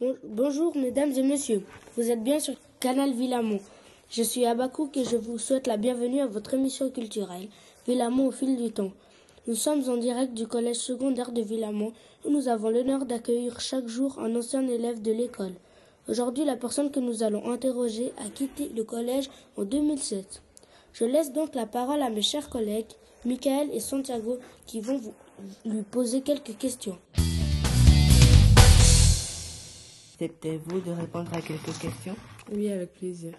Bon- Bonjour mesdames et messieurs, vous êtes bien sur Canal Villamont. Je suis Abakouk et je vous souhaite la bienvenue à votre émission culturelle Villamont au fil du temps. Nous sommes en direct du collège secondaire de Villamont où nous avons l'honneur d'accueillir chaque jour un ancien élève de l'école. Aujourd'hui, la personne que nous allons interroger a quitté le collège en 2007. Je laisse donc la parole à mes chers collègues, Michael et Santiago, qui vont vous- lui poser quelques questions. Acceptez-vous de répondre à quelques questions Oui, avec plaisir.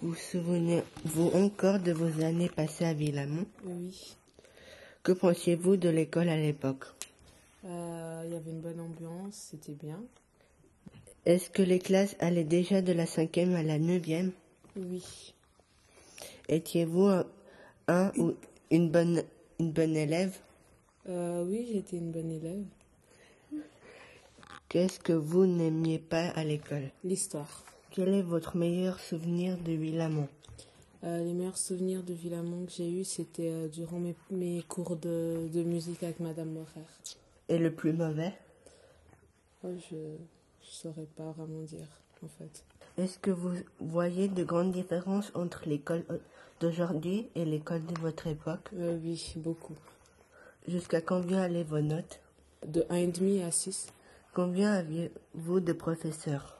Vous souvenez-vous encore de vos années passées à Villamont Oui. Que pensiez-vous de l'école à l'époque Euh, Il y avait une bonne ambiance, c'était bien. Est-ce que les classes allaient déjà de la cinquième à la neuvième Oui. Étiez-vous un, un ou une bonne, une bonne élève Euh, oui, j'étais une bonne élève. Qu'est-ce que vous n'aimiez pas à l'école L'histoire. Quel est votre meilleur souvenir de Villamont Euh, les meilleurs souvenirs de Villamont que j'ai eus, c'était euh, durant mes, mes cours de, de musique avec Madame Morer. Et le plus mauvais Oh, je ne saurais pas vraiment dire, en fait. Est-ce que vous voyez de grandes différences entre l'école d'aujourd'hui et l'école de votre époque Euh, oui, beaucoup. Jusqu'à combien allaient vos notes De 1,5 à 6. Combien aviez-vous de professeurs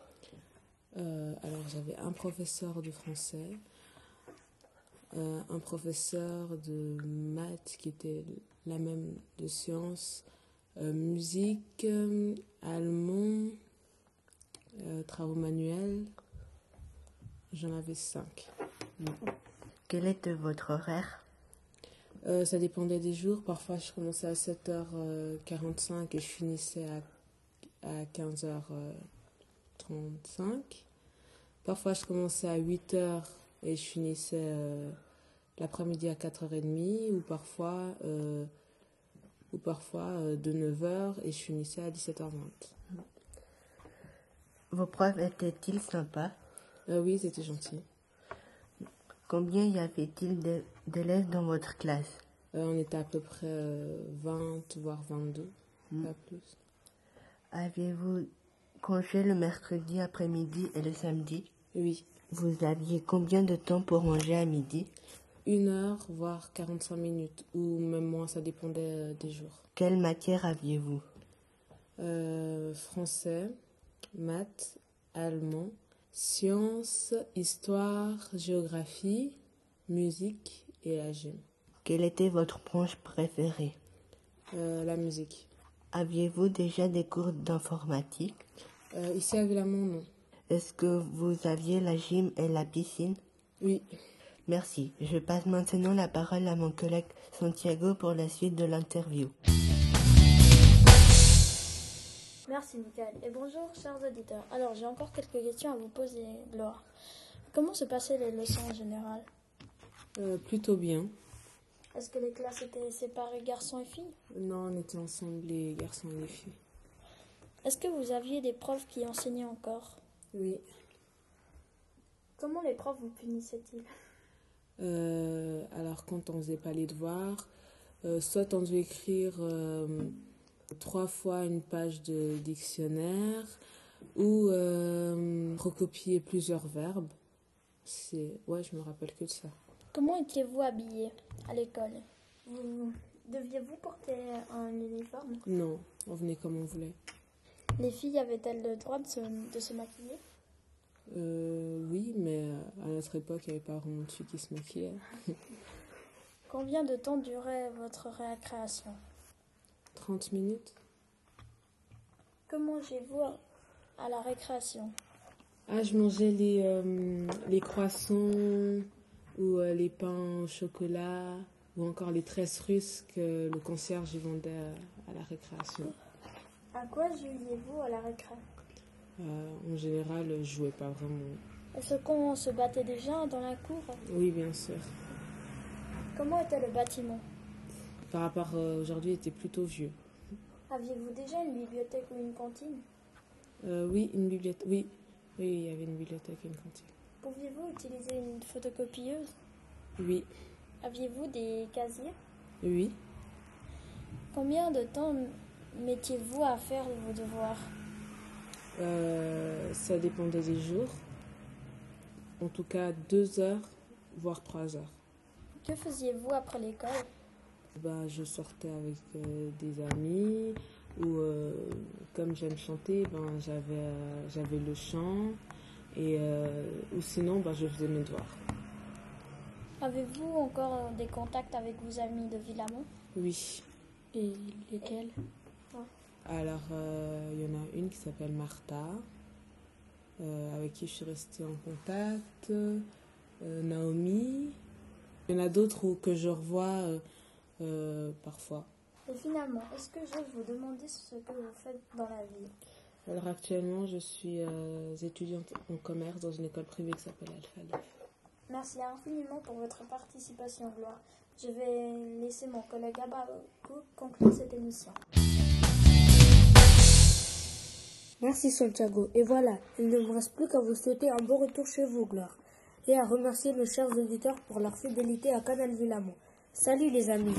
Euh, alors j'avais un professeur de français, euh, un professeur de maths qui était la même de sciences, euh, musique, euh, allemand, euh, travaux manuels. J'en avais cinq. Quel était votre horaire Euh, ça dépendait des jours. Parfois, je commençais à 7h45 et je finissais à, à 15h35. Parfois, je commençais à 8h et je finissais euh, l'après-midi à 4h30 ou parfois, euh, ou parfois euh, de 9h et je finissais à 17h20. Vos profs étaient-ils sympas Euh, oui, c'était gentil. Combien y avait-il d'é- d'élèves dans votre classe Euh, on était à peu près euh, 20, voire 22, pas plus. Aviez-vous congé le mercredi après-midi et le samedi Oui. Vous aviez combien de temps pour manger à midi une heure, voire 45 minutes, ou même moins, ça dépendait euh, des jours. Quelle matière aviez-vous Euh, français, maths, allemand, sciences, histoire, géographie, musique et la gym. Quelle était votre branche préférée Euh, la musique. Aviez-vous déjà des cours d'informatique Euh, ici à Villamont, non. Est-ce que vous aviez la gym et la piscine Oui. Merci. Je passe maintenant la parole à mon collègue Santiago pour la suite de l'interview. Merci Michael et bonjour chers auditeurs. Alors j'ai encore quelques questions à vous poser, Laura. Comment se passaient les leçons en général Euh, plutôt bien. Est-ce que les classes étaient séparées garçons et filles Non, on était ensemble, les garçons et les filles. Est-ce que vous aviez des profs qui enseignaient encore Oui. Comment les profs vous punissaient-ils Euh, alors, quand on faisait pas les devoirs, euh, soit on devait écrire euh, trois fois une page de dictionnaire ou euh, recopier plusieurs verbes. C'est... Ouais, je me rappelle que de ça. Comment étiez-vous habillés à l'école vous... Deviez-vous porter un uniforme Non, on venait comme on voulait. Les filles avaient-elles le droit de se, de se maquiller Euh, oui, mais euh, à notre époque, il n'y avait pas vraiment de filles qui se maquillaient. Combien de temps durait votre récréation 30 minutes Que mangez-vous à la récréation Ah, je mangeais les, euh, les croissants ou euh, les pains au chocolat ou encore les tresses russes que le concierge y vendait euh, à la récréation. À quoi jouiez-vous à la récréation Euh, en général, je jouais pas vraiment. Est-ce qu'on se battait déjà dans la cour Oui, bien sûr. Comment était le bâtiment Par rapport à aujourd'hui, il était plutôt vieux. Aviez-vous déjà une bibliothèque ou une cantine Euh, oui, une bibliothèque. Oui, Oui, il y avait une bibliothèque et une cantine. Pouviez-vous utiliser une photocopieuse Oui, Aviez-vous des casiers oui. Combien de temps m- mettiez-vous à faire vos devoirs Euh, ça dépendait des jours. En tout cas, deux heures, voire trois heures. Que faisiez-vous après l'école Bah, je sortais avec euh, des amis ou euh, comme j'aime chanter, ben, j'avais euh, j'avais le chant et euh, ou sinon ben, je faisais mes devoirs. Avez-vous encore euh, des contacts avec vos amis de Villamont Oui. Et lesquels Alors euh, il y en a une qui s'appelle Martha euh, avec qui je suis restée en contact. Euh, Naomi. Il y en a d'autres où- que je revois euh, euh, parfois. Et finalement, est-ce que je vais vous demander ce que vous faites dans la vie Alors actuellement, je suis euh, étudiante en commerce dans une école privée qui s'appelle Alpha Merci infiniment pour votre participation, Gloire. Je vais laisser mon collègue Abakou conclure cette émission. Merci Santiago. Et voilà, il ne me reste plus qu'à vous souhaiter un bon retour chez vous, Gloire. Et à remercier nos chers auditeurs pour leur fidélité à Canal Villamont. Salut les amis